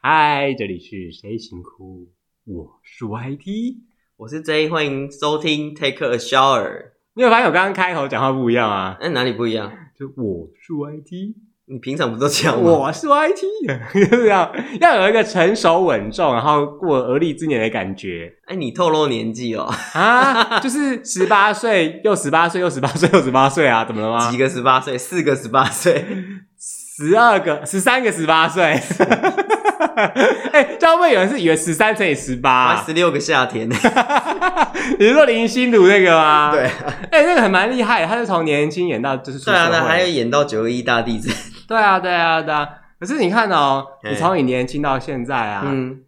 嗨，这里是谁辛苦？我是 YT。我是 J，欢迎收听 Take a Shower。你有发现我刚刚开头讲话不一样啊？那、哪里不一样？就我是 YT，你平常不都这样吗？我是 YT，就是要 要有一个成熟稳重，然后过而立之年的感觉哎、你透露年纪哦，啊！就是十八岁又十八岁又十八岁又十八岁啊，怎么了吗几？个十八岁，四个十八岁，十二个、十三个十八岁。 哎、这样会不会有人是以为十三乘以十八快？十六个夏 天。啊你是说林心如那个吗？对， 哎、那个很蛮厉害的，他是从年轻演到就是出社对会啊， 那还有演到九二一大地震。对啊，对啊，对啊。可是你看哦，哎你从你年轻到现在啊，嗯，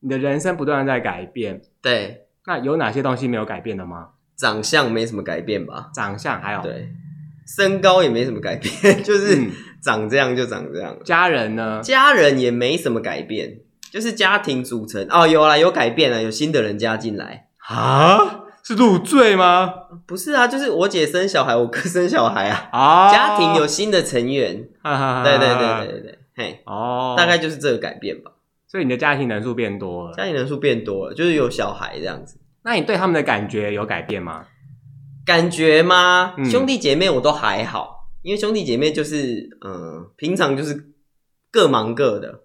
你的人生不断的在改变。对，那有哪些东西没有改变的吗？长相没什么改变吧？长相还有，对，身高也没什么改变， 就是嗯长这样就长这样。家人呢？家人也没什么改变，就是家庭组成哦，有啦，有改变了，有新的人加进来。啊，是入赘吗？不是啊，就是我姐生小孩，我哥生小孩啊，啊，家庭 有，新的成员。对对对对，对对，嘿，哦，大概，就是这个改变吧。所以你的家庭人数变多了。家庭人数变多了，就是有小孩这样子，那你对他们的感觉有改变吗？感觉吗？嗯兄弟姐妹我都还好，因为兄弟姐妹就是嗯、呃平常就是各忙各的，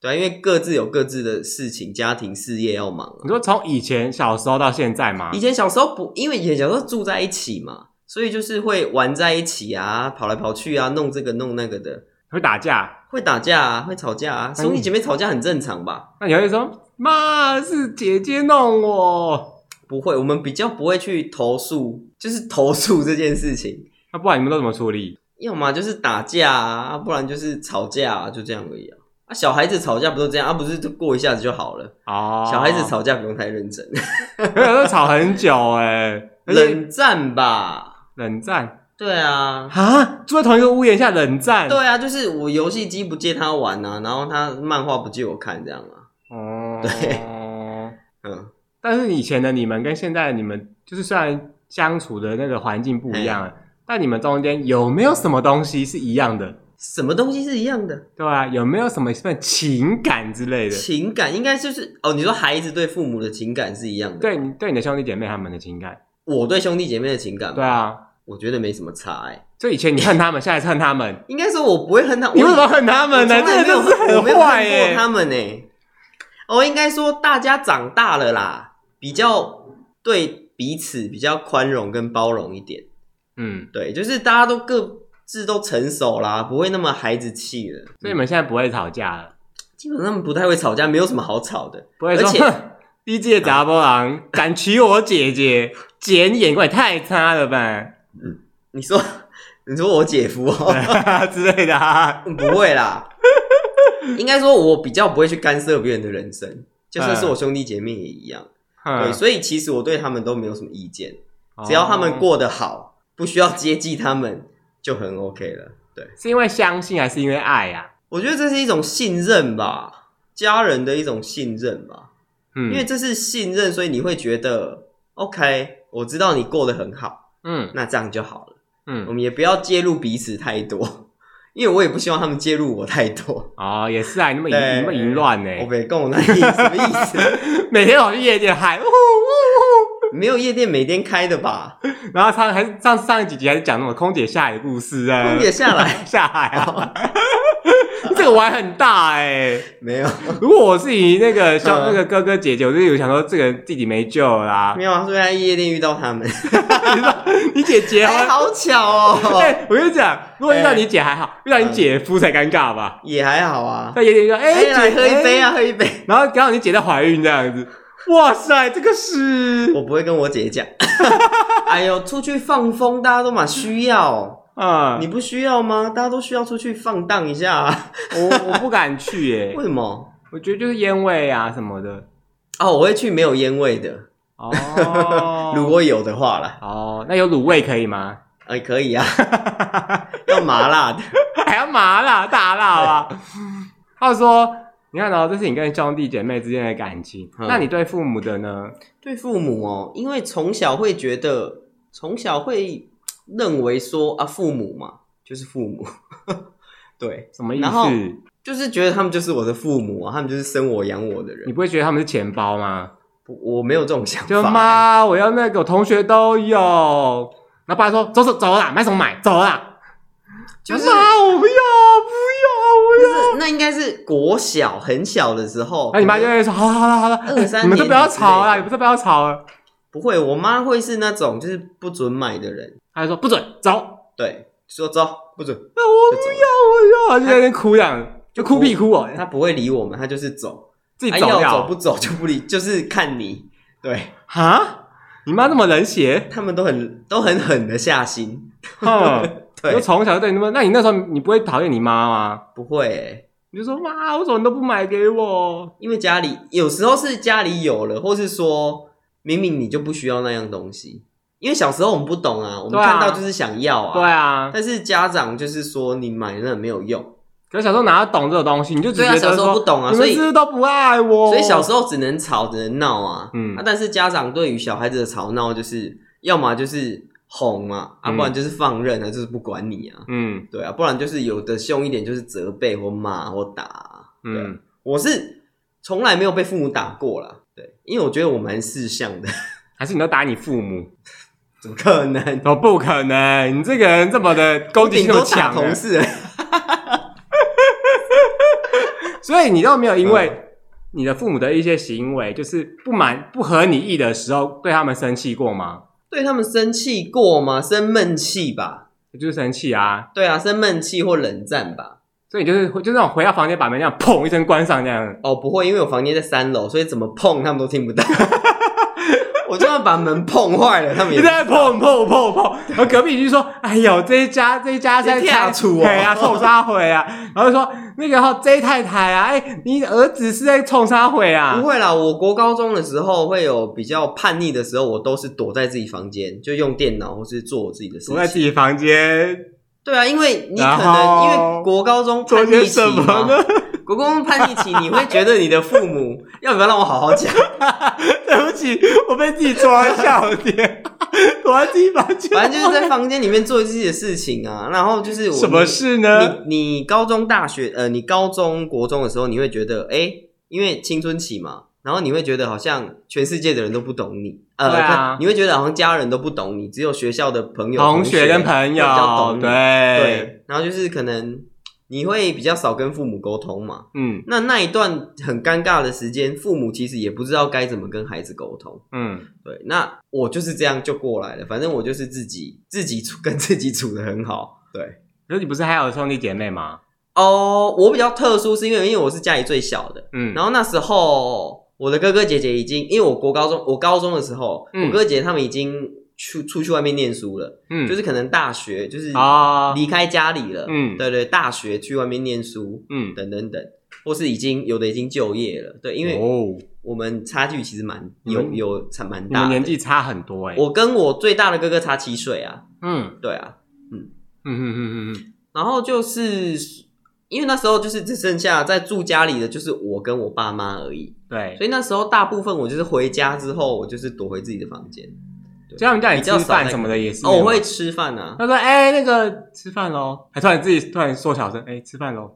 对啊、因为各自有各自的事情，家庭事业要忙啊你说从以前小时候到现在吗以？前小时候不，因为以前小时候住在一起嘛，所以就是会玩在一起啊，跑来跑去啊，弄这个弄那个的，会打架，会打架啊，会吵架哎啊，兄弟姐妹吵架很正常吧？那你会说妈是姐姐弄我，不会，我们比较不会去投诉，就是投诉这件事 情，那不然你们都怎么处理？要么就是打架啊，不然就是吵架啊，就这样而已啊。啊，小孩子吵架不都这样啊？不是就过一下子就好了。哦，小孩 子吵架不用太认 真，没有，都吵很久哎、欸，而且冷战吧？冷战对啊，啊，住在同一个屋檐下冷战，对啊，就是我游戏机不借他玩啊，然后他漫画不借我看，这样啊。哦，嗯， 但是以前的你们跟现在的你们，就是虽然相处的那个环境不一样，但你们中间有没有什么东西是一样的？什么东西是一样的？对啊，有没有什么什么情感之类的？情感应该就是哦，你说孩子对父母的情感是一样的。，对你对你的兄弟姐妹他们的情感，我对兄弟姐妹的情感，对，啊，我觉得没什么差哎、就以前你恨他们，现在恨他 们，应该说我不会恨他，你为什么我恨他们呢？我这个从来没真有的是我没有很坏欸恨耶、过他们哎、哦，应该说大家长大了啦，比较对彼此比较宽容跟包容一点。嗯，对，就是大家都各自都成熟啦，不会那么孩子气了。所以你们现在不会吵架了，基本上不太会吵架，没有什么好吵的。不会而说且 啊哼第一季的杂波郎敢娶我姐姐， 姐你眼光也太差了吧 你说， 你说我姐夫哦，之类的啊。 不会啦。应该说，我比较不会去干涉别人的人生，就嗯算是我兄弟姐妹也一样。 对，所以其实我对他们都没有什么意见，以只要他们过得好，不需要接济他们，就很 OK 了。对，是因为相信还是因为爱啊呀、我觉得这是一种信任吧，家人的一种信任吧。嗯，因为这是信任，所以你会觉得 OK，我知道你过得很好，嗯那这样就好了。我嗯们也不要介入彼此太多， 因为我也不希望他们介入我太多。哦也是啊，你那么淫对你那么淫乱呢、我没跟我那意思什么意思？ 每天我去夜店嗨，呜呼呜没有夜店每天开的吧？呼，然后上还上上一集还是讲什么空姐下海的故事啊，空姐下 来下海啊，这个玩很大哎、没有如果我是以那个像嗯那个哥哥姐姐，我就有想说这个弟弟没救了啦没。有啊，所以在夜店遇到他们，你姐姐哎，哦，好巧哦， 哎，我跟你讲，如果遇到你姐还好，遇到你姐夫才尴尬吧？也还好啊。在夜店说，哎哎，，来姐哎喝一杯，啊，喝一杯。然后刚好你姐在怀孕这样子，哇塞，这个是我不会跟我姐讲。 哎呦，出去放风，大家都蛮需要。啊，你不需要吗？大家都需要出去放荡一下、啊，我我不敢去 耶为，什么？我觉得就是烟味啊什么的。哦，我会去没有烟味的，，哦如果有的话啦，哦，那有卤味可以吗？ 哎、可 以啊，要麻辣的，还要麻辣大辣啊？他说，你看哦，这是你跟兄弟姐妹之间的感情，嗯那你对父母的呢？对父母哦，因为从小会觉得，从小会认为说啊，父母嘛，就是父母，对， 什么意然后思？就是觉得他们就是我的父母啊，他们就是生我养我的人你，不会觉得他们是钱包吗？不我没有这种想法。就妈，我要那个，我同学都有。然后爸说：“走走走啦，买什么买？走啦。”就是妈，我不要，不要，不 我要。是，那应该是国小很小的时候。那你妈就会说：“好了好了好了，二三哎你们都不要吵啦，年你们级之类的都不要吵了。不会，我妈会是那种就是不准买的人，”她就说：“不准走。对，说走不准，”啊，我就走了。哎不要，我要，就在那边哭这样，就哭屁哭哦，她不会理我们，她就是走，自己哎走要走掉不走就不理，就是看你。对哈，你妈那么冷血，他们都很都很狠的下心，哼，你就 对，从小就对你那么，那你那时候你不会讨厌你妈吗？不会、欸。你就说妈，为什么你都不买给我？因为家里有时候是家里有了，或是说明明你就不需要那样东西，因为小时候我们不懂啊，我们对啊看到就是想要啊，对啊，但是家长就是说你买了没有用，可是小时候哪懂这种东西，你就只对觉啊，得小时候不说懂啊，你所们以是不是都不爱我，所以小时候只能吵只能闹啊，哦嗯啊，但是家长对于小孩子的吵闹就是要么就是哄嘛，啊，嗯不然就是放任啊，就是不管你啊，嗯对啊，不然就是有的凶一点就是责备或骂或打啊、对嗯，我是从来没有被父母打过啦，对，因为我觉得我蛮识相的， 还是你都打你父母？怎么可能？哦，不可能，你这个人这么的攻击顶性那多么打强啊，同事， 所以你都没有因嗯为你的父母的一些行为，就是不满不合你意的时候，对他们生气过吗？对他们生气过吗？生闷气吧，就是生气啊，对啊，生闷气或冷战吧。所以你就是就那种回到房间把门这样砰一声关上这样，哦，不会，因为我房间在三楼，所以怎么碰他们都听不到。 我就算把门碰坏了，他们一也直在砰砰砰砰，然后隔壁邻居说：“哎呦，这一家这一家在这跳出哦对啊，冲杀毁啊！”然后就说那个哈 J 太太啊，哎，你儿子是在冲杀毁啊不？会啦。我国高中的时候会有比较叛逆的时候，我都是躲在自己房间，就用电脑或是做我自己的事情。我在自己房间对啊，因为你可然能后因为国高中做叛些逆期什么嘛，呢？国高中叛逆期，你会觉得你的父母要不要让我好好讲？对不起，我被自己抓笑点，躲在自己房间，反正就是在房间里面做自己的事情啊。然后就是我什么事呢？你你高中、大学，呃，你高中国中的时候，你会觉得，哎、因为青春期嘛，然后你会觉得好像全世界的人都不懂你，呃，对啊你会觉得好像家人都不懂 你，只有学校的朋友、同学学跟朋会比较友懂，你对，对，然后就是可能你会比较少跟父母沟通嘛。嗯那那一段很尴尬的时间，父母其实也不知道该怎么跟孩子沟通。嗯，对，那我就是这样就过来了。反正我就是自己自己处跟自己处的很好。对可是你不是还有兄弟姐妹吗？哦我比较特殊，是因为因为我是家里最小的，嗯，然后那时候我的哥哥姐姐已经，因为我国高中我高中的时候，嗯我哥哥姐姐他们已经出出去外面念书了，嗯就是可能大学就是啊，离开家里了，嗯对对，大学去外面念书嗯，等等等，或是已经有的已经就业了，对，因为哦，我们差距其实蛮你有们有差蛮你大们的，年纪差很多哎、我跟我最大的哥哥差七岁啊，嗯对啊，嗯嗯嗯嗯嗯，然后就是因为那时候就是只剩下在住家里的就是我跟我爸妈而已，对，所以那时候大部分我就是回家之后，我就是躲回自己的房间。就他们叫你比较吃少饭在什么的也是哦，我没有会吗。吃饭啊，他说：“哎、那个吃饭喽。”还突然自己突然缩小声：“哎、吃饭喽。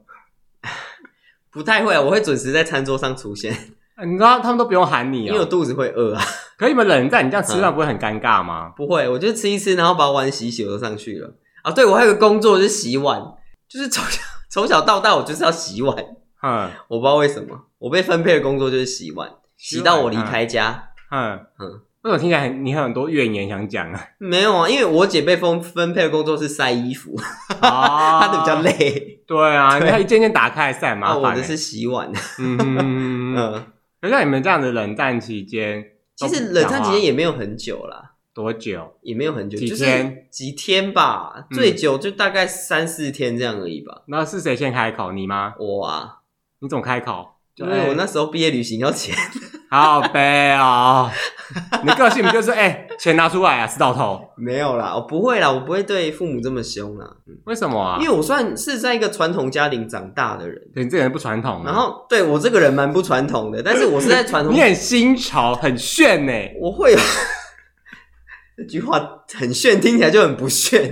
不太会啊，我会准时在餐桌上出现，啊你知道他们都不用喊你因哦、为我肚嗯子会饿啊。可你们冷战，你这样吃饭不会很尴尬吗？不会，我就吃一吃，然后把碗洗一洗，我就上去了。啊，对，我还有个工作就是洗碗，就是从小 从小到大我就是要洗碗，嗯我不知道为什么我被分配的工作就是洗碗，洗到我离开家。嗯嗯嗯，为什么听起来很你很多怨言想讲 啊？没有啊，因为我姐被分分配的工作是晒衣服，她啊的比较。累，对啊，你看一件件打开还是很麻啊，烦、欸。我的是洗碗。嗯，嗯嗯嗯嗯 嗯，可是像你们这样的冷战期间，其实冷战期间也也没有很久啦，啊多久？也没有很久，几就是天几天吧，嗯最久就大概三四天这样而已吧。那是谁先开口？你吗？我啊，你总开口，就因为哎我那时候毕业旅行要钱， 好悲哦！你个性不就是哎、钱拿出来啊，死到头？没有啦，我哦不会啦，我不会对父母这么凶啦，为什么啊？因为我算是在一个传统家庭长大的人。对你这个人不传统啊，然后对我这个人蛮不传统的，但是我是在传 统你，很新潮，很 炫呢、我会有这句话很炫，听起来就很不炫。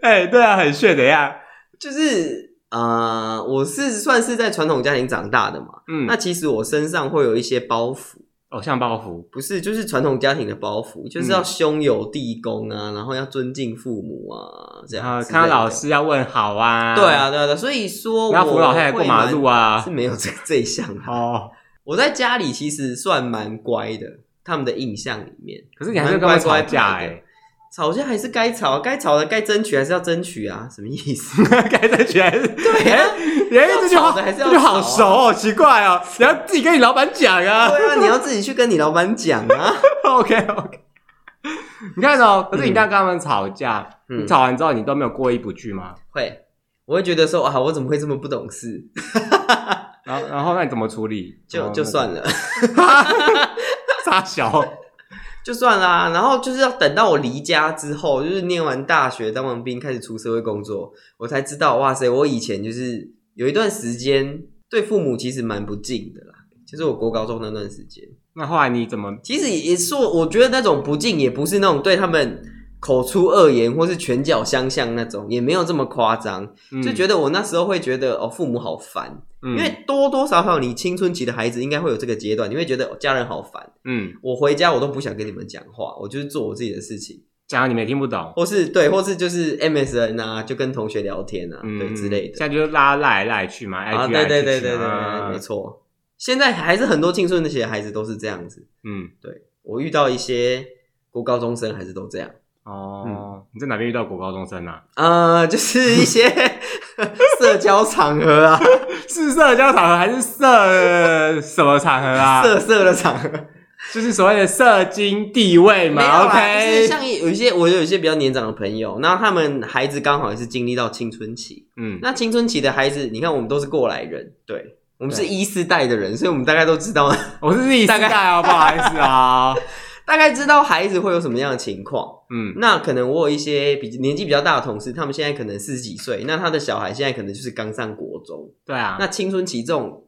哎、对啊，很炫的呀。就是啊、呃，我是算是在传统家庭长大的嘛，嗯，那其实我身上会有一些包袱，偶像包袱，不是就是传统家庭的包袱，就是要嗯兄友弟恭啊，然后要尊敬父母啊，这然后样之类的。看到老师要问好啊，对啊，对啊，对啊，所以说然我后扶老太太过会马蛮路啊是，没有这这一项啊。哦，我在家里其实算蛮乖的，他们的印象里面，可是你还是跟他蛮们乖乖吵架牌的哎，吵架还是该吵，啊该吵的该争取还是要争取啊，什么意思？ 该争取还是对啊，哎，这句要话吵的还是这要句话好熟吵啊哦，奇怪哦，你要自己跟你老板讲啊。对啊，你要自己去跟你老板讲啊。 OK OK，你看哦，可是你刚刚跟他们吵架，嗯你吵完之后你都没有过意不去吗？会，我会觉得说啊，我怎么会这么不懂事？然后然后那你怎么处理？就就算，了， 傻小， 就算啦。然后就是要等到我离家之后，就是念完大学、当完兵，开始出社会工作，我才知道，哇塞，我以前就是有一段时间对父母其实蛮不敬的啦。就是我国高中那段时间，那后来你怎么？其实也也说，我觉得那种不敬也不是那种对他们口出恶言或是拳脚相向那种，也没有这么夸张。就觉得，得我那时候会觉得哦，父母好烦，因因为多多少少你青春期的孩子应该会有这个阶段，你会觉得哦家人好烦，嗯，我回家我都不想跟你们讲话，我就是做我自己的事情，讲了你们也听不懂，或是对，或是就是 MSN 啊，就跟同学聊天啊，嗯 对之类的。现在就是拉赖来去嘛，来啊，去对来对去对对去对对，啊没错。现在还是很多青春期的孩子都是这样子，嗯，对我遇到一些国高中生还是都这样，嗯哦，你在哪边遇到国高中生啊？呃，就是一 些 社交场合啊，是社交场合还是社什么场合啊？色色的场合。就是所谓的社经地位没有啦嘛就是，OK，像有一些我有一些比较年长的朋友，那他们孩子刚好也是经历到青春期。嗯，那青春期的孩子，你看我们都是过来人，对我们是对一四代的人，所以我们大概都知道， 我是第三代啊，不好意思啊，大概知道孩子会有什么样的情况。嗯那可能我有一些比年纪比较大的同事，他们现在可能四十几岁，那他的小孩现在可能就是刚上国中，，对啊，那青春期这种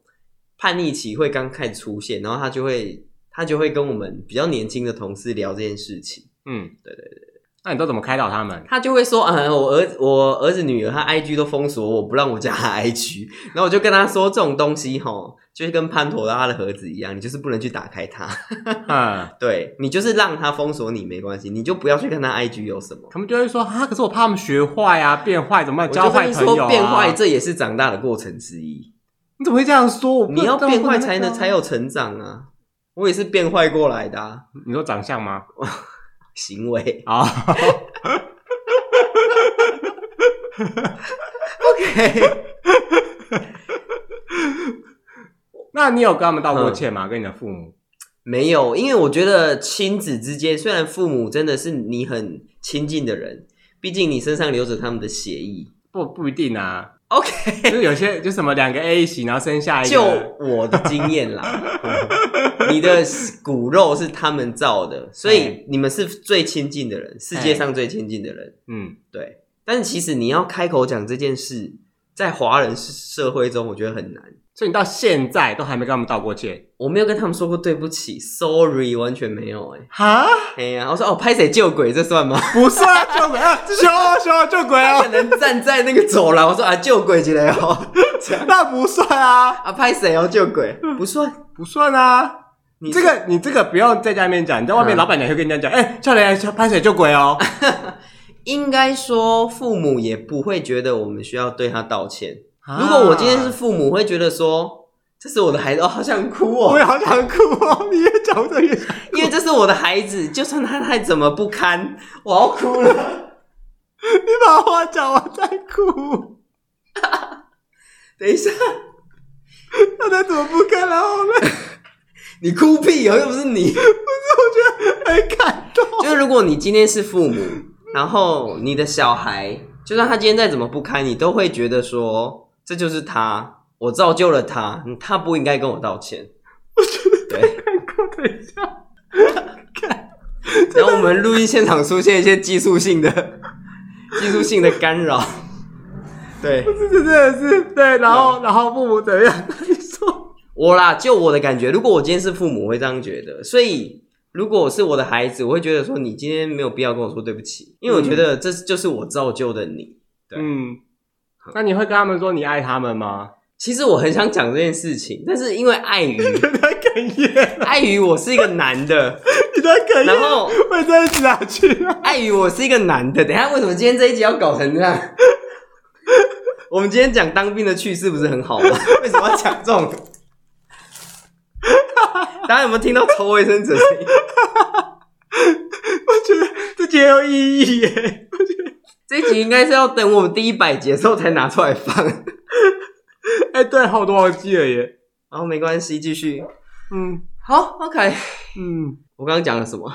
叛逆期会刚开始出现，然后他就会他就会跟我们比较年轻的同事聊这件事情。嗯，对对对，那你都怎么开导他们？ 他就会说，嗯，我儿我儿子女儿他 IG 都封锁我，不让我加他 IG。然后我就跟他说，这种东西吼，就是跟潘朵拉的盒子一样，你就是不能去打开它。 嗯，对你就是让他封锁你没关系，你就不要去看他 IG 有什么。他们就会说啊，可是我怕他们学坏啊，变坏怎么办？我交就跟坏你朋友、说，啊，变坏这也是长大的过程之一。你怎么会这样说？我不你要变坏才能才。这样有成长啊！我也是变坏过来的、啊、不能你说长相 吗？行为。 啊、 OK，那你有跟他们道过歉嗯吗？跟你的父母？没有，因为我觉得亲子之间，虽然父母真的是你很亲近的人，毕竟你身上流着他们的血液。不不一定啊， OK， 就是有些就什么两个 A 型，然后生下一就个，我的经 验啦，你的骨肉是他们造的，所以哎你们是最亲近的人，世界上最亲近的人。嗯，对，但是其实你要开口讲这件事，在华人社会中，我觉得很难。所以你到现在都还没跟他们道过歉我没有跟他们说过对不起，sorry，完全没有、欸。哈？哎呀，我说哦，拍谁救鬼，这 算吗？不是啊，救 鬼啊，修啊修啊救鬼 啊可，能站在那个走廊，我说啊，救鬼进来哦，那不算啊，啊，拍谁哦，救鬼不算。不算啊。你这个你这个不用在家里面讲，你在外面嗯老板娘会跟人家讲， 哎、叫人来拍水救鬼 哦。应该说，父母也不会觉得我们需要对他道歉。如果我今天是啊，父母，会觉得说这是我的孩子，哦，好想哭哦我也，好想哭哦， 你越讲我就越想。因为这是我的孩子，就算他再怎么不堪，我要哭了。 你把话讲完再哭，等一下，那他怎么不看然后呢？你哭屁哦，又不是你。很感动。 就是如果你今天是父母，然后你的小孩，就算他今天再怎么不堪，你都会觉得说这就是他，我造就了他，他不应该跟我道歉。对，等一下，然后我们录音现场出现一些技术性的、技术性的干扰。对这真的是对，然后然后父母怎么样？你说，我啦，就我的感觉，如果我今天是父母，我会这样觉得。所以，如果我是我的孩子，我会觉得说你今天没有必要跟我说对不起，因为我觉得这就是我造就的你。对嗯，那你会跟他们说你爱他们 吗？其实我很想讲这件事情，但是因为碍于你在哽咽，碍于我是一个男的，你在哽咽，然后会这样子下去吗？碍于我是一个男的，等一下为什么今天这一集要搞成这样？我们今天讲当兵的趣事不是很好吗？为什么要讲这种？ 大家有没有听到抽卫生纸的声音？我觉得这节有意义耶。这一集应该是要等我们第一百集的时候才拿出来放。哎、对，好，我都忘记了耶。然后没关系，继续。嗯好，OK。嗯，我刚刚讲了什么？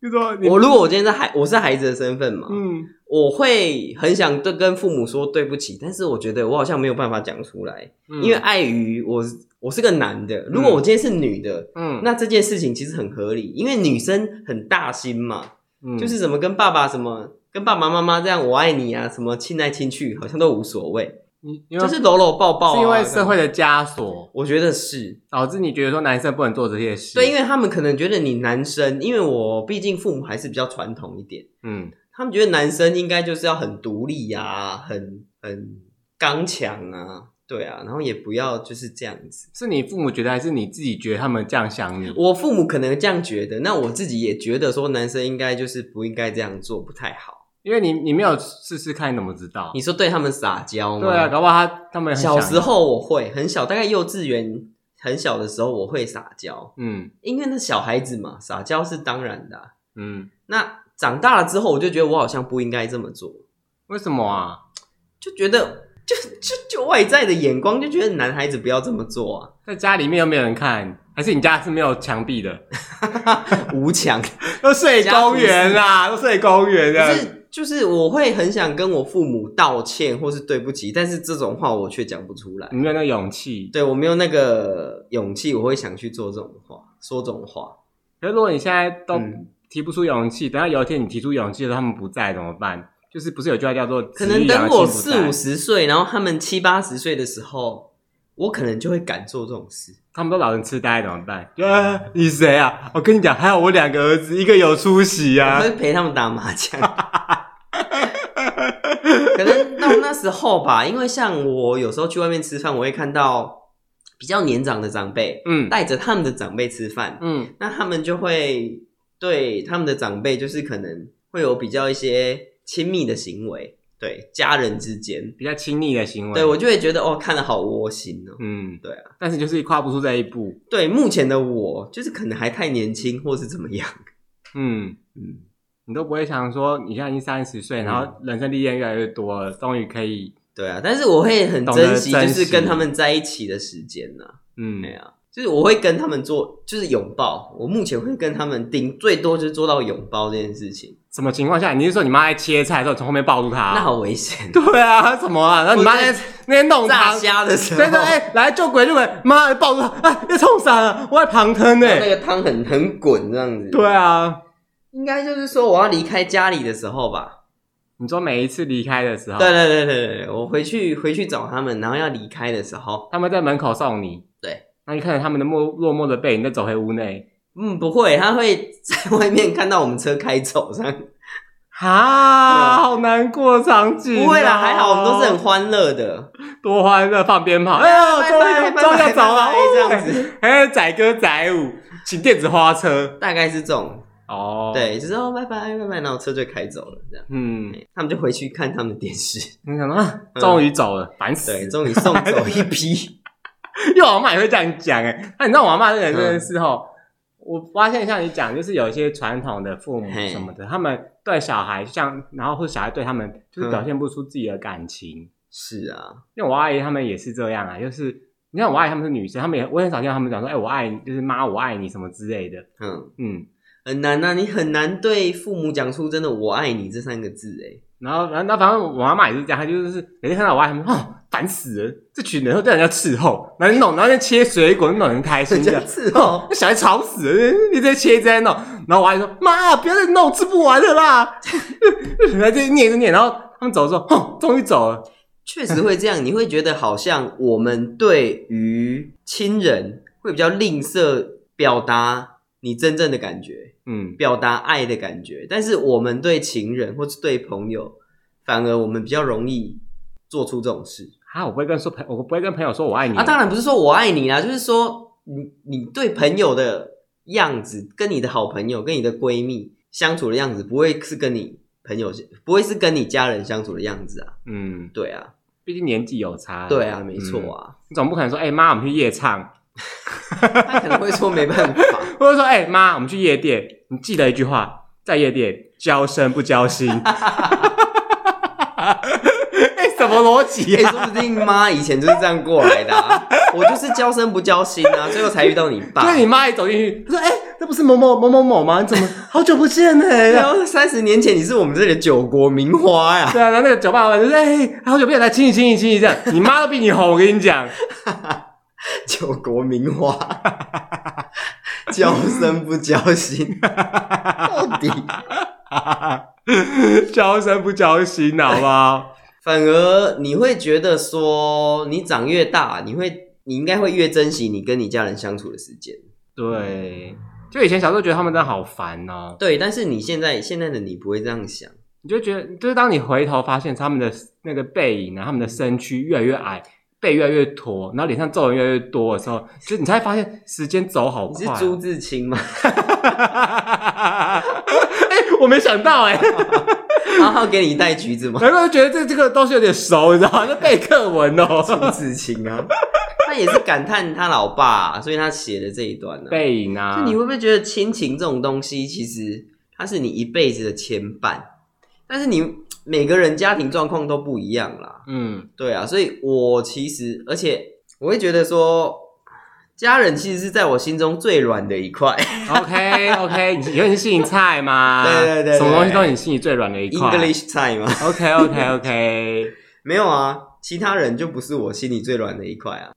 就说你我如果我今天是孩，我是孩子的身份嘛，嗯，我会很想对跟父母说对不起，但是我觉得我好像没有办法讲出来，嗯因为碍于我我是个男的，如果我今天是女的，嗯那这件事情其实很合理，因为女生很大心嘛，那就是什么跟爸爸什么跟爸爸妈妈这样我爱你啊，什么亲来亲去，好像都无所谓，你因为、就是搂搂抱抱、啊，是因为社，会的枷锁我觉得是导致你觉得说男生不能做这些事。对，因为他们可能觉得你男生，因为我毕竟父母还是比较传统一点。嗯他们觉得男生应该就是要很独立呀、很很刚强啊，对啊，然后也不要就是这样子。是你父母觉得还是你自己觉得他们这样想你？我父母可能这样觉得，那我自己也觉得说男生应该就是不应该这样做，不太好。因为你你没有试试看，你怎么知道你？说对他们撒娇吗？对啊，搞不好他他们很想小时，候我会很小，大概幼稚园很小的时候我会撒娇，嗯因为那小孩子嘛，撒娇是当然的啊、嗯，那长大了之后，我就觉得我好像不应该这么做。为什么啊？就觉得 就就就外在的眼光就觉得男孩子不要这么做啊， 在家里面又没有人看，还是你家是没有墙壁的？ 无强。都睡公园啦，都睡公园可的。是就是我会很想跟我父母道歉或是对不起，但是这种话我却讲不出来你。没有那勇气。对我没有那个勇气，我会想去做这种话，说这种话。可是如果你现在都嗯提不出勇气，等到有一天你提出勇气了，他们不在怎么办？就是不是有句话叫做“子可能欲养等我而啊亲不在四五十岁，然后他们七八十岁的时候，我可能就会敢做这种事。他们都老人痴呆怎么办？就、呃你谁啊？我跟你讲，还有我两个儿子，一个有出息我啊会。陪他们打麻将。 可能到那时候吧，因为像我有时候去外面吃饭，我会看到比较年长的长辈嗯带着他们的长辈吃饭，嗯那他们就会对他们的长辈就是可能会有比较一些亲密的行为，对家人之间，比较亲密的行为。对我就会觉得哦，看得好窝心哦。嗯对啊，但是就是跨不出这一步。对目前的我，就是可能还太年轻，或是怎么样，嗯，嗯，你都不会想说，你现在已经三十岁，嗯然后人生历练越来越多了，终于可以对啊，但是我会很懂得珍惜，就珍惜是跟他们在一起的时间呢、嗯对啊，就是我会跟他们做，就是拥抱。我目前会跟他们顶最多就是做到拥抱这件事情，什么情况下？你是说你妈在切菜的时候你从后面抱住她、那好危险。对啊，什么啊？然后你妈我在在那边弄炸她，虾的 时候，对对，哎、来救鬼救鬼！妈抱住她，哎，要冲散了，我在旁吞呢、然后那个汤很很滚这样子。，对啊，应该就是说我要离开家里的时候吧。你说每一次离开的时候，对对对对对对，我回去回去找他们，然后要离开的时候，他们在门口送你，对，那你看着他们的落落寞的背影，再走回屋内，嗯，不会，他会在外面看到我们车开走这样。哈，对好难过的场景、不会啦，还好我们都是很欢乐的。很多欢乐，放鞭炮，哎呀，拜终拜于终于要哦走了拜拜，这样子，哎，载歌载舞，请电子花车，大概是这种。哦，，对，就是哦，拜拜拜拜，然后车就开走了，这样，嗯，他们就回去看他们的电视。你想啊，终于走了，烦死，对，终于送走一批。 因为我阿妈也会这样讲哎，那你知道我阿妈这个人真嗯的是吼，我发现像你讲，就是有一些传统的父母嘿什么的，他们对小孩像，然后或者小孩对他们就是嗯表现不出自己的感情。是啊，因为我阿姨他们也是这样啊，就是你看我阿姨他们是女生，他们也我也很少见到他们讲说，哎、我爱你，就是妈我爱你什么之类的。嗯，嗯，很难啊呐、你很难对父母讲出真的“我爱你”这三个字，哎，然后然后反正我妈妈也是这样，她就是每天看到我阿姨他们哦。烦死了！这群人都叫人家伺候，然后你弄，然后在切水果，你弄得很开心很这样像。是哦，那 小孩吵死了，一直在切一直在弄，然后我阿姨说：“妈，不要再弄，吃不完了啦！” 然后就念一直念，然后他们走的时候，哼，终于走了。确实会这样。你会觉得好像我们对于亲人会比较吝啬表达你真正的感觉，嗯，表达爱的感觉，但是我们对情人或是对朋友，反而我们比较容易做出这种事啊，我不会跟说朋，我不会跟朋友说我爱你啊。当然不是说我爱你啦，就是说你你对朋友的样子，跟你的好朋友、跟你的闺蜜相处的样子，不会是跟你朋友，不会是跟你家人相处的样子啊。嗯，对啊，毕竟年纪有差。对啊，没错嗯啊。你总不可能说，哎、妈，我们去夜唱，他可能会说没办 法，或者说，哎、妈，我们去夜店。你记得一句话，在夜店交身不交 心。哎、什么逻辑 哎、呀、说不定妈以前就是这样过来的、 啊。我就是交身不交心啊，最后才遇到你爸。所以你妈一走进去，她说：“哎、那不是某某某某某吗？你怎么好久不见呢、然后三十年前你是我们这里的九国名花呀、 对啊，然后那个酒吧老板就说：“哎、好久不见，来亲一亲一亲一这样。”你妈都比你红，我跟你讲。 九国名花， 交生不交 心，到底交身不交心，好不好？反而你会觉得说，你长越大，你会你应该会越珍惜你跟你家人相处的时间。对，就以前小时候觉得他们真的好烦哦、对，但是你现在现在的你不会这样想，你就觉得，就是当你回头发现他们的那个背影啊，他们的身躯越来越矮，背越来越驼，然后脸上皱纹越来越多的时候，就你才发现时间走好你快是哦、朱自清吗？ 哎、我没想到哎、然后给你带橘子吗？ 难怪觉得这这个东西有点熟，你知道吗？就背课文 哦，朱自清啊，他也是感叹他老爸、所以他写的这一段呢、背影啊就，你会不会觉得亲情这种东西，其实它是你一辈子的牵绊？但是你每个人家庭状况都不一样啦，嗯，对啊，所以我其实，而且我会觉得说，家人其实是在我心中最软的一块， OK OK，你有你是姓蔡吗？对对对对什么东西都是你心里最软的一块。 English time 嘛， OK OK OK 没有啊，其他人就不是我心里最软的一块啊，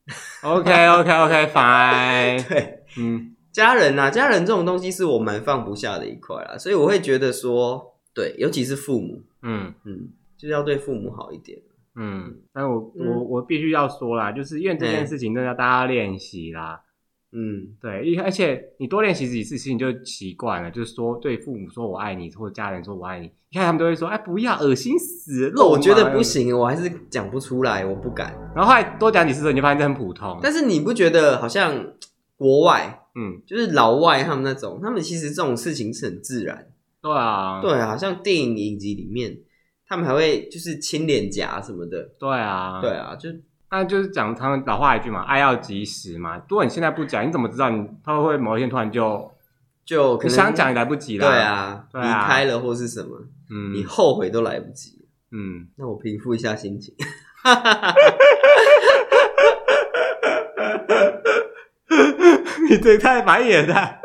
OK OK OK Fine，对。嗯家人啊，家人这种东西是我蛮放不下的一块啦，所以我会觉得说，对，尤其是父母，嗯嗯，就是要对父母好一点。嗯，但我嗯我我必须要说啦，就是因为这件事情真的要大家练习啦。嗯，对，因为而且你多练习几次，其实你就习惯了。就是说，对父母说我爱你，或者家人说我爱你，你看他们都会说：“哎，不要，恶心死了！”哦我觉得肉麻不行，我还是讲不出来，我不敢。然后后来多讲几次之后，你就发现这很普通。但是你不觉得好像国外嗯，就是老外他们那种，他们其实这种事情是很自然。对啊，对啊，像电影影集里面，他们还会就是亲脸颊什么的。对啊，对。啊，就那就是讲他们老话一句嘛，爱要及时嘛。如果你现在不讲，你怎么知道你他会不会某一天突然就就你可能想讲也来不及对啦？，啊，离对啊开了或是什么，嗯你后悔都来不及。嗯， 那我平复一下心情。 你这太白眼了。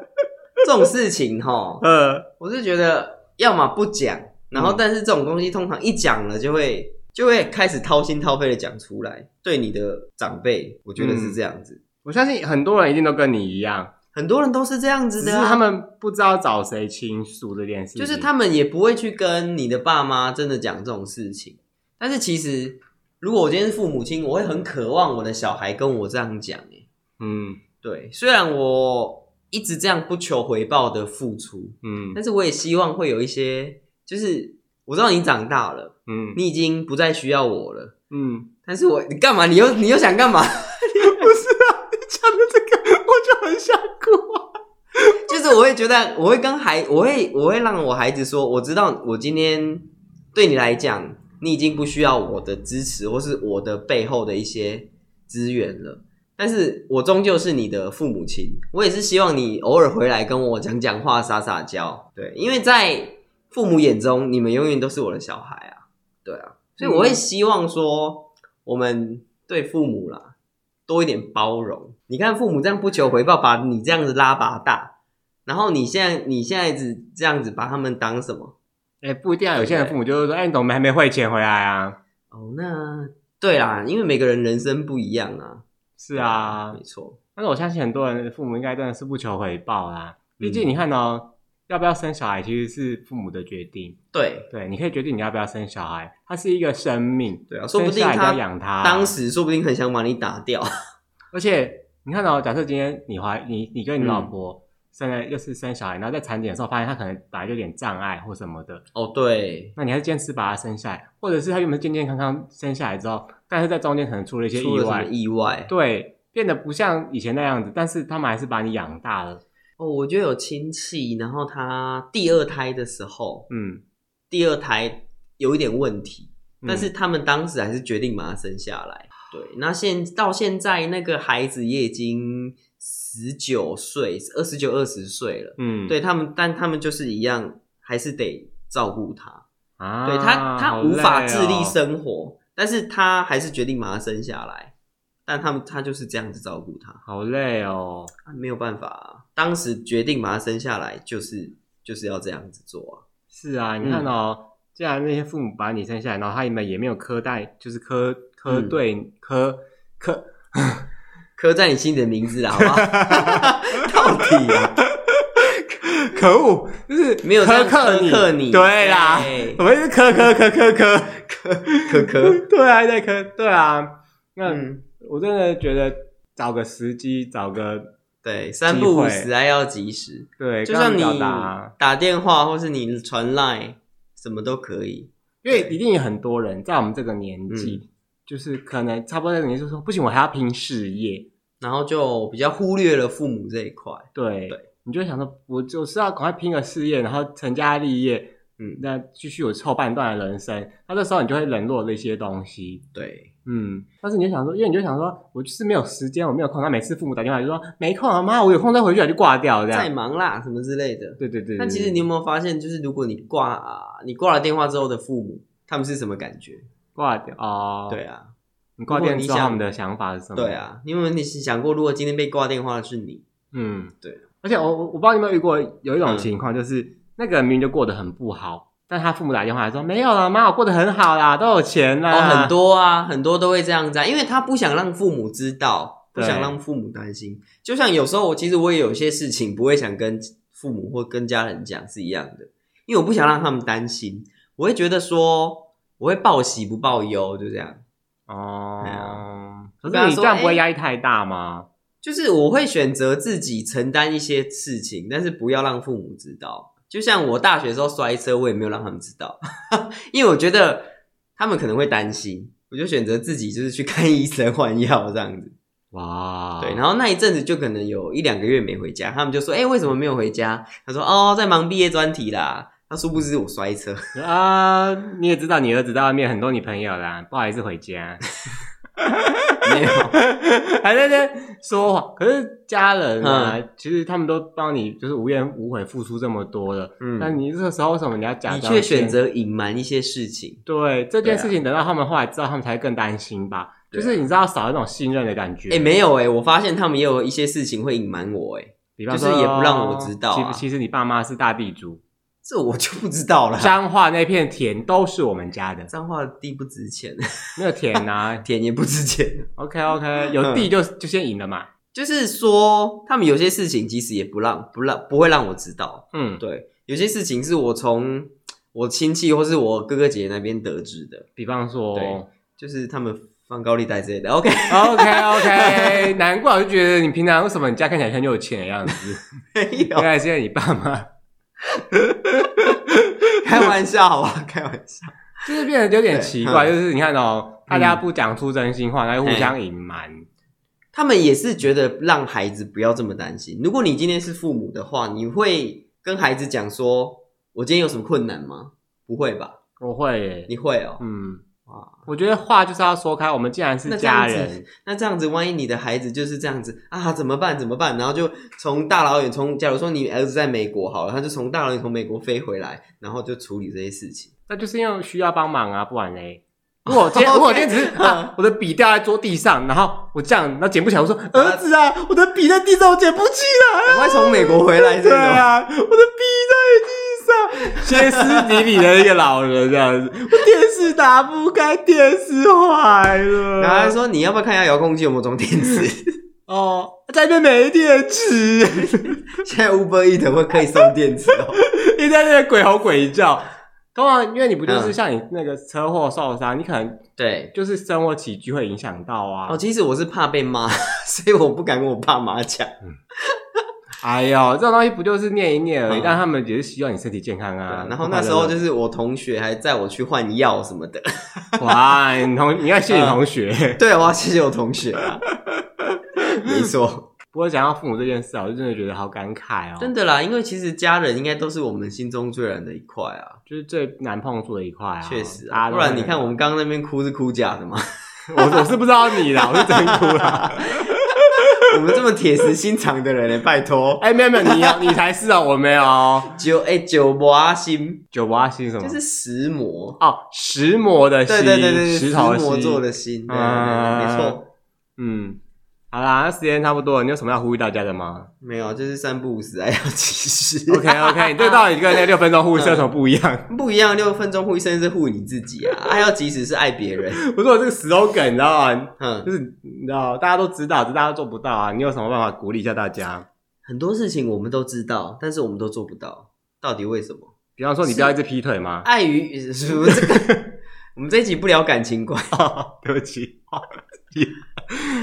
这种事情哈，呃，我是觉得要么不讲，然后嗯但是这种东西通常一讲了就会就会开始掏心掏肺的讲出来，对你的长辈，我觉得嗯是这样子，我相信很多人一定都跟你一样，很多人都是这样只子是的啊、他们不知道找谁倾诉这件事情。就是他们也不会去跟你的爸妈真的讲这种事情，但是其实如果我今天是父母亲，我会很渴望我的小孩跟我这样讲、欸，嗯对，虽然我一直这样不求回报的付出，嗯但是我也希望会有一些，就是我知道你长大了，嗯你已经不再需要我了，嗯，但是我你干嘛？你又你又想干 嘛？不是啊，你讲的这个我就很想哭啊。就是我会觉得，我会跟孩，我会我会让我孩子说，我知道我今天对你来讲，你已经不需要我的支持或是我的背后的一些资源了。但是我终究是你的父母亲，我也是希望你偶尔回来跟我讲讲话、撒撒娇，对，因为在父母眼中，你们永远都是我的小孩啊，对啊，所以我会希望说，我们对父母啦多一点包容。你看父母这样不求回报，把你这样子拉拔大，然后你现在你现在只这样子把他们当什么？哎、不一定啊，有些人父母就是说：“哎、你怎么还没汇钱回来啊哦，那对啦，因为每个人人生不一样啊，？”是啊，没错，但是我相信很多人的父母应该真的是不求回报啦。毕嗯竟你看哦，要不要生小孩其实是父母的决定，对对，你可以决定你要不要生小孩，它是一个生命，对啊，说生不定下来就要他养啊他。当，时说不定很想把你打掉，嗯而且你看哦，假设今天你怀你你跟你老婆生了又是生小孩，然后在产检的时候发现他可能本来就有点障碍或什么的，哦，对，那你还是坚持把他生下来，或者是他原本健健康康生下来之后，但是在中间可能出了一些出意了什么外，意外？对，变得不像以前那样子，但是他们还是把你养大了，哦，我就有亲戚，然后他第二胎的时候，嗯，第二胎有一点问题，嗯但是他们当时还是决定把他生下来。对，那现到现在那个孩子也已经十九岁，二十九、二十岁了。嗯，对他们，但他们就是一样，还是得照顾他。啊，对他，他好无法累自哦力生活，但是他还是决定把他生下来。但他们他就是这样子照顾他，好累哦，啊没有办法、啊。当时决定把他生下来，就是就是要这样子做是啊，你看嗯哦，既然那些父母把你生下来，然后他们也没有苛待，就是苛苛嗯对苛苛啊，刻在你心里的名字啦，好不 好？到底啊，可恶，就是没有这样苛刻苛刻你哎对啦，对我们是苛苛苛苛苛可 可，苛，对啊，对苛，对啊，那、嗯，我真的觉得找个时机，找个对，三不五会时爱要及时，对，就算刚你刚表达，打电话或是你传 line，什么都可以。因为一定有很多人在我们这个年嗯纪，就是可能差不多这个年纪，就说不行，我还要拼事业，然后就比较忽略了父母这一块。对，对你就会想说，我就是要赶快拼个事业，然后成家立业，嗯，那继续有后半段的人生。那这时候你就会冷落这些东西，对，嗯。但是你就想说，因为你就想说，我就是没有时间，我没有空。那每次父母打电话就说没空啊，妈，我有空再回去，我就挂掉这再样。忙啦什么之类的。对对啊对对。但其实对你有没有发现，就是如果你挂、啊、你挂了电话之后的父母，他们是什么感觉？挂掉哦，对，啊，你挂电如果你之想后他们的想法是什么？对，啊，你有没有你想过，如果今天被挂电话的是你？嗯，对。啊而且我我我不知道你有没有遇过有一种嗯情况，就是、那个人明明就过得很不好，但他父母打电话来说没有啦，妈，我过得很好啦，都有钱啦，哦，很多啊，很多都会这样子、啊，因为他不想让父母知道，不对想让父母担心。就像有时候我其实我也有些事情不会想跟父母或跟家人讲是一样的，因为我不想让他们担心，我会觉得说我会报喜不报忧，就这样。对哦，可跟他是你说这样不哎会压力太大吗？就是我会选择自己承担一些事情，但是不要让父母知道。就像我大学的时候摔车，我也没有让他们知道， 因为我觉得他们可能会担心，我就选择自己就是去看医生换药这样子。哇，对，然后那一阵子就可能有一两个月没回家，他们就说：“哎、为嗯什么没有回家？”他说：“哦，在忙毕业专题啦。”他殊不知我 摔车，啊，你也知道你儿子在外面很多女朋友啦，不好意思回家，没有， 还在那说谎。可是家人啊，其实他们都帮你就是无怨无悔付出这么多了，那、 嗯，你这个时候为什么你要假你装却先？选择隐瞒一些事情，对这件对啊事情，等到他们后来知道，他们才会更担心吧。对就啊是你知道少了那种信任的感觉。哎、没有哎、我发现他们也有一些事情会隐瞒我哎、比方就说是也不让我知道啊其其实你爸妈是大地主，这我就不知道 了。彰化那片田都是我们家的，脏话地不值钱， 没有田啊，田也不值钱。 OK OK，有嗯地就就先赢了嘛。就是说，他们有些事情其实也不让不让不会让我知道。嗯，对，有些事情是我从我亲戚或是我哥哥姐姐那边得知的，比方说就是他们放高利贷之类的。OK，，OK OK，难 怪我就觉得你平常为什么你家看起来很有钱的样子，没原 有来是因为你爸妈开玩笑，好吧，开玩笑。就是变得有点奇怪，对嗯就是你看哦，大家不讲出真心话，然后互相隐瞒。他们也是觉得让孩子不要这么担心。如果你今天是父母的话，你会跟孩子讲说：“我今天有什么困难吗？”不会吧？我会耶，你会哦。嗯哇，我觉得话就是要说开，我们既然是那这家样子人，那这样子，万一你的孩子就是这样子啊，怎么办？怎么办？然后就从大老远从，假如说你儿子在美国好了，他就从大老远从美国飞回来，然后就处理这些事情。那就是因为需要帮忙啊，不然 嘞。如果我今天，如果我今天只是、嗯啊、我的笔掉在桌地上，然后我这样，然后捡不起来，我说嗯儿子啊，我的笔在地上，我捡不起来。赶快从美国回 对来，真的。哦啊，我的逼在地上，歇斯底里的一个老人这样子，我电视打不开，电视坏了，然后他说：“你要不要看一下遥控器有没有装电池？ 哦，在那边没电池， 现在 Uber Eat 会可以送电池哦。一直在那边鬼吼鬼叫。通常，因为你不嗯就是像你那个车祸受伤，你可能”对，就是生活起居会影哦响到啊。 哦，其实我是怕被骂，所以我不敢跟我爸妈讲。哎呦，这种东西不就是念一念而已，嗯但他们也是希望你身体健康啊。然后那时候就是是我同学还载我去换药什么的， 哇，你同你要谢谢嗯你同学。对，我要谢谢我同学 啊，没错，不过讲到父母这件事啊，我就真的觉得好感慨哦， 真的啦，因为其实家人应该都是我们心中最软的一块啊，就是最难碰触的一块啊。确实大家啊，都不然很你看我们刚刚那边哭是哭假的 嘛，我 我是不知道你啦，我是真哭 啦。我们这么铁石心肠的人呢，拜托，哎、没有没有，你有你才是啊，我没有哦。九哎九磨心九八星什么？就是石磨，哦，石磨的心， 对对对对，石石头的磨心做的心，对对嗯对，没错。嗯，好啦，那时间差不多了，你有什么要呼吁大家的吗没有，就是三不五时爱要及时。啊 ？OK OK，你这到底跟那六分钟呼吁是有什么不一样？ 不一样，六分钟护一生是护你自己啊，爱要及时是爱别人。我说我这个石头梗，你知道吗？嗯，就是你知道，大家都知道，只是大家都做不到啊。你有什么办法鼓励一下大家？很多事情我们都知道，但是我们都做不到，到底为什么？比方说，你不要一直劈腿吗？ 碍于什么这个？ 我们这一集不聊感情观，对不起，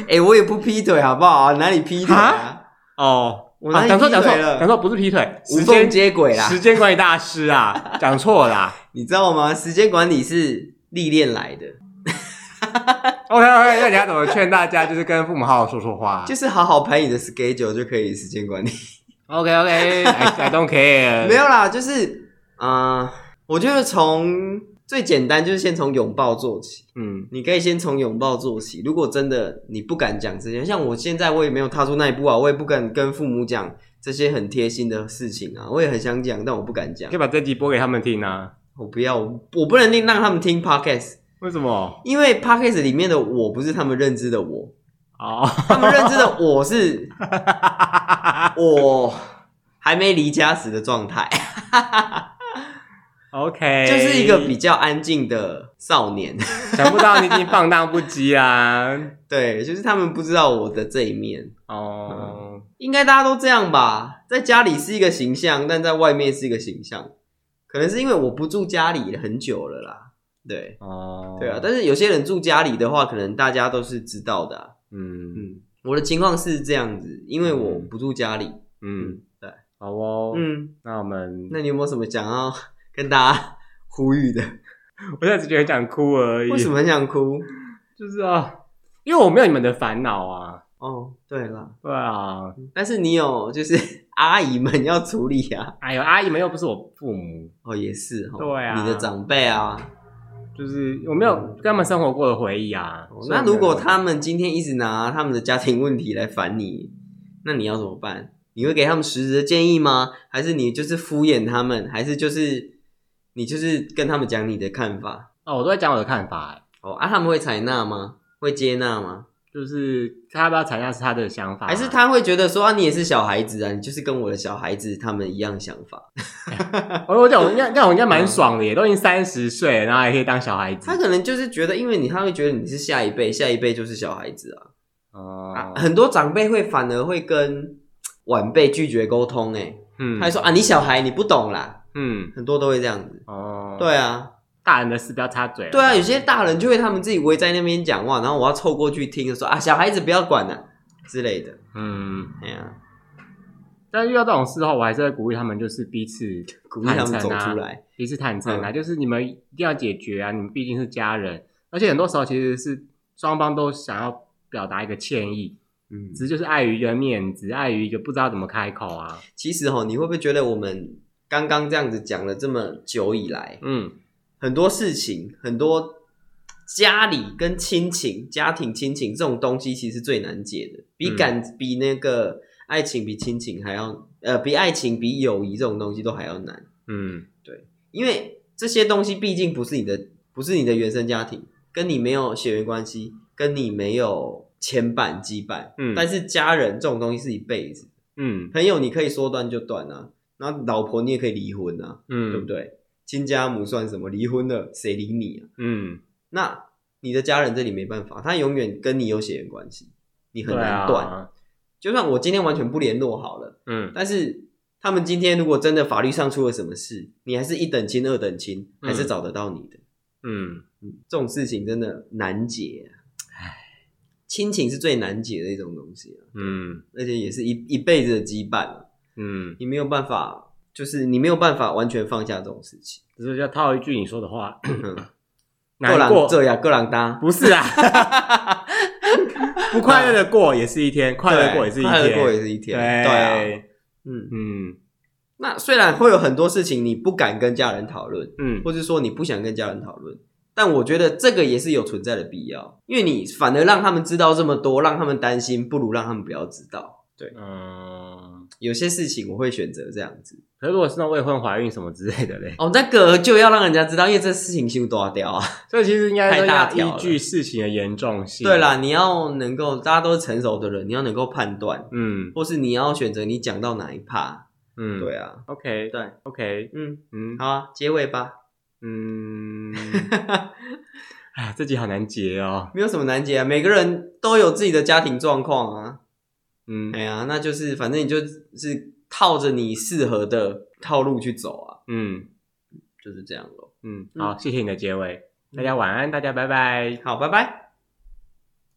哎、我也不劈腿好不好？哪里劈腿啊？哦，我哪啊里讲劈错讲错腿讲了？错，不是劈腿，无时缝间接轨啦时，间管理大师 啊，讲错啦。你知道吗？时间管理是历练来的， OK OK，那你要怎么劝大家，就是跟父母好好说说话？啊就是好好排你的 schedule 就可以时间管理。 OK OK，I I don't care。没有啦，就是啊、呃我觉得从最简单就是先从拥抱做起。嗯，你可以先从拥抱做起。如果真的你不敢讲这些，像我现在我也没有踏出那一步啊，我也不敢跟父母讲这些很贴心的事情啊，我也很想讲，但我不敢讲可以。把这集播给他们听啊。我不要，我我不能令让他们听 podcast，为什么？因为 podcast 里面的我不是他们认知的我， 哦，他们认知的我是我还没离家时的状态， OK，就是一个比较安静的少年。 想不到你已经放荡不羁 啊。对，就是他们不知道我的这一面。哦，应该大家都这样吧，在家里是一个形象，但在外面是一个形象。可能是因为我不住家里很久了啦，对哦，对啊。但是有些人住家里的话，可能大家都是知道的啊、嗯嗯，我的情况是这样子，因为我不住家里。嗯，对，好哦，嗯，那我们，那你有没有什么想要 跟大家 呼吁的？我现在只觉得想哭而已。为什？么很想哭？就是啊，因为我没有你们的烦恼啊。哦，对了，对啊，但是你有就是 阿姨们要处理啊。哎呦，阿姨们又不是我父母，哦，也是哦，对啊你的长辈啊，就是我没有跟他们生活过的回忆啊。嗯哦所以那我没有如果他们今天一直拿他们的家庭问题来烦你，那你要怎么办？你会给他们实质的建议吗？还是你就是敷衍他们？还是就是你就是跟他们讲你的看法？哦，我都在讲我的看法、哎哦啊，他们会采纳吗？会接纳吗？就是他要不要采纳是他的想法，还是他会觉得说啊，你也是小孩子啊，你就是跟我的小孩子他们一样想法？嗯我我讲，我应该，那我应该蛮爽的耶，都已经三十岁了，然后还可以当小孩子嗯他。可能就是觉得，因为你他会觉得你是下一辈，下一辈就是小孩子啊。啊哦，很多长辈会反而会跟晚辈拒绝沟通、欸，嗯他还说啊，你小孩你不懂啦，嗯，很多都会这样子。哦，，对啊，大人的事不要插嘴。对啊，有些大人就会他们自己围在那边讲话，然后我要凑过去听，说啊，小孩子不要管了、之类的。嗯，哎呀、但遇到这种事的话，我还是会鼓励他们，就是彼此鼓励他们走出来。彼此坦诚啊，嗯就是你们一定要解决啊，你们毕竟是家人，而且很多时候其实是双方都想要表达一个歉意，嗯，只是就是碍于一个面子，碍于一个不知道怎么开口啊。其实哦，你会不会觉得我们刚刚这样子讲了这么久以来，嗯很多事情，很多家里跟亲情、家庭亲情这种东西，其实最难解的，比感、比那个爱情、比亲情还要，呃，比爱情、比友谊这种东西都还要难。嗯，因为这些东西毕竟不是你的，不是你的原生家庭，跟你没有血缘关系，跟你没有牵绊羁绊。嗯但是家人这种东西是一辈子，嗯朋友你可以说断就断啊，然后老婆你也可以离婚啊，嗯，对不？对？亲家母算什么？离婚了谁理你啊？嗯，那你的家人这里没办法，他永远跟你有血缘关系，你很对难啊，断。就算我今天完全不联络好了。嗯但是他们今天如果真的法律上出了什么事，你还是一等亲、二等亲，嗯还是找得到你的。嗯。嗯，这种事情真的难解、啊。唉亲情是最难解的一种东西啊，嗯而且也是一一辈子的羁绊啊、嗯，你没有办法，就是你没有办法完全放下这种事情。只是要套一句你说的话，嗯 个难人过这呀，个人搭，不 是啊，不快乐的过也是一天，快乐过也是一对快乐过天，也是一天，对啊，对，嗯。嗯那虽然会有很多事情你不敢跟家人讨论，嗯，或是说你不想跟家人讨论，但我觉得这个也是有存在的必要，因为你反而让他们知道这么多，让他们担心，不如让他们不要知道。嗯，有些事情我会选择这样子可是如果是那种未婚怀孕什么之类的嘞，哦，那个就要让人家知道，因为这事情心多掉啊。所以其实应该说太大条要了依据事情的严重性，对啦，，你要能够，大家都是成熟的人，你要能够判断，嗯或是你要选择你讲到哪一趴。嗯，对啊， ，OK 对， OK，嗯，嗯好啊，结尾吧，嗯，哎，这集好难结哦，没有什么难解啊，每个人都有自己的家庭状况啊。嗯哎呀，那就是反正你就是套着你适合的套路去走啊，嗯就是这样咯。嗯，嗯好，谢谢你的结尾，大家晚安，大家拜拜。好，拜拜。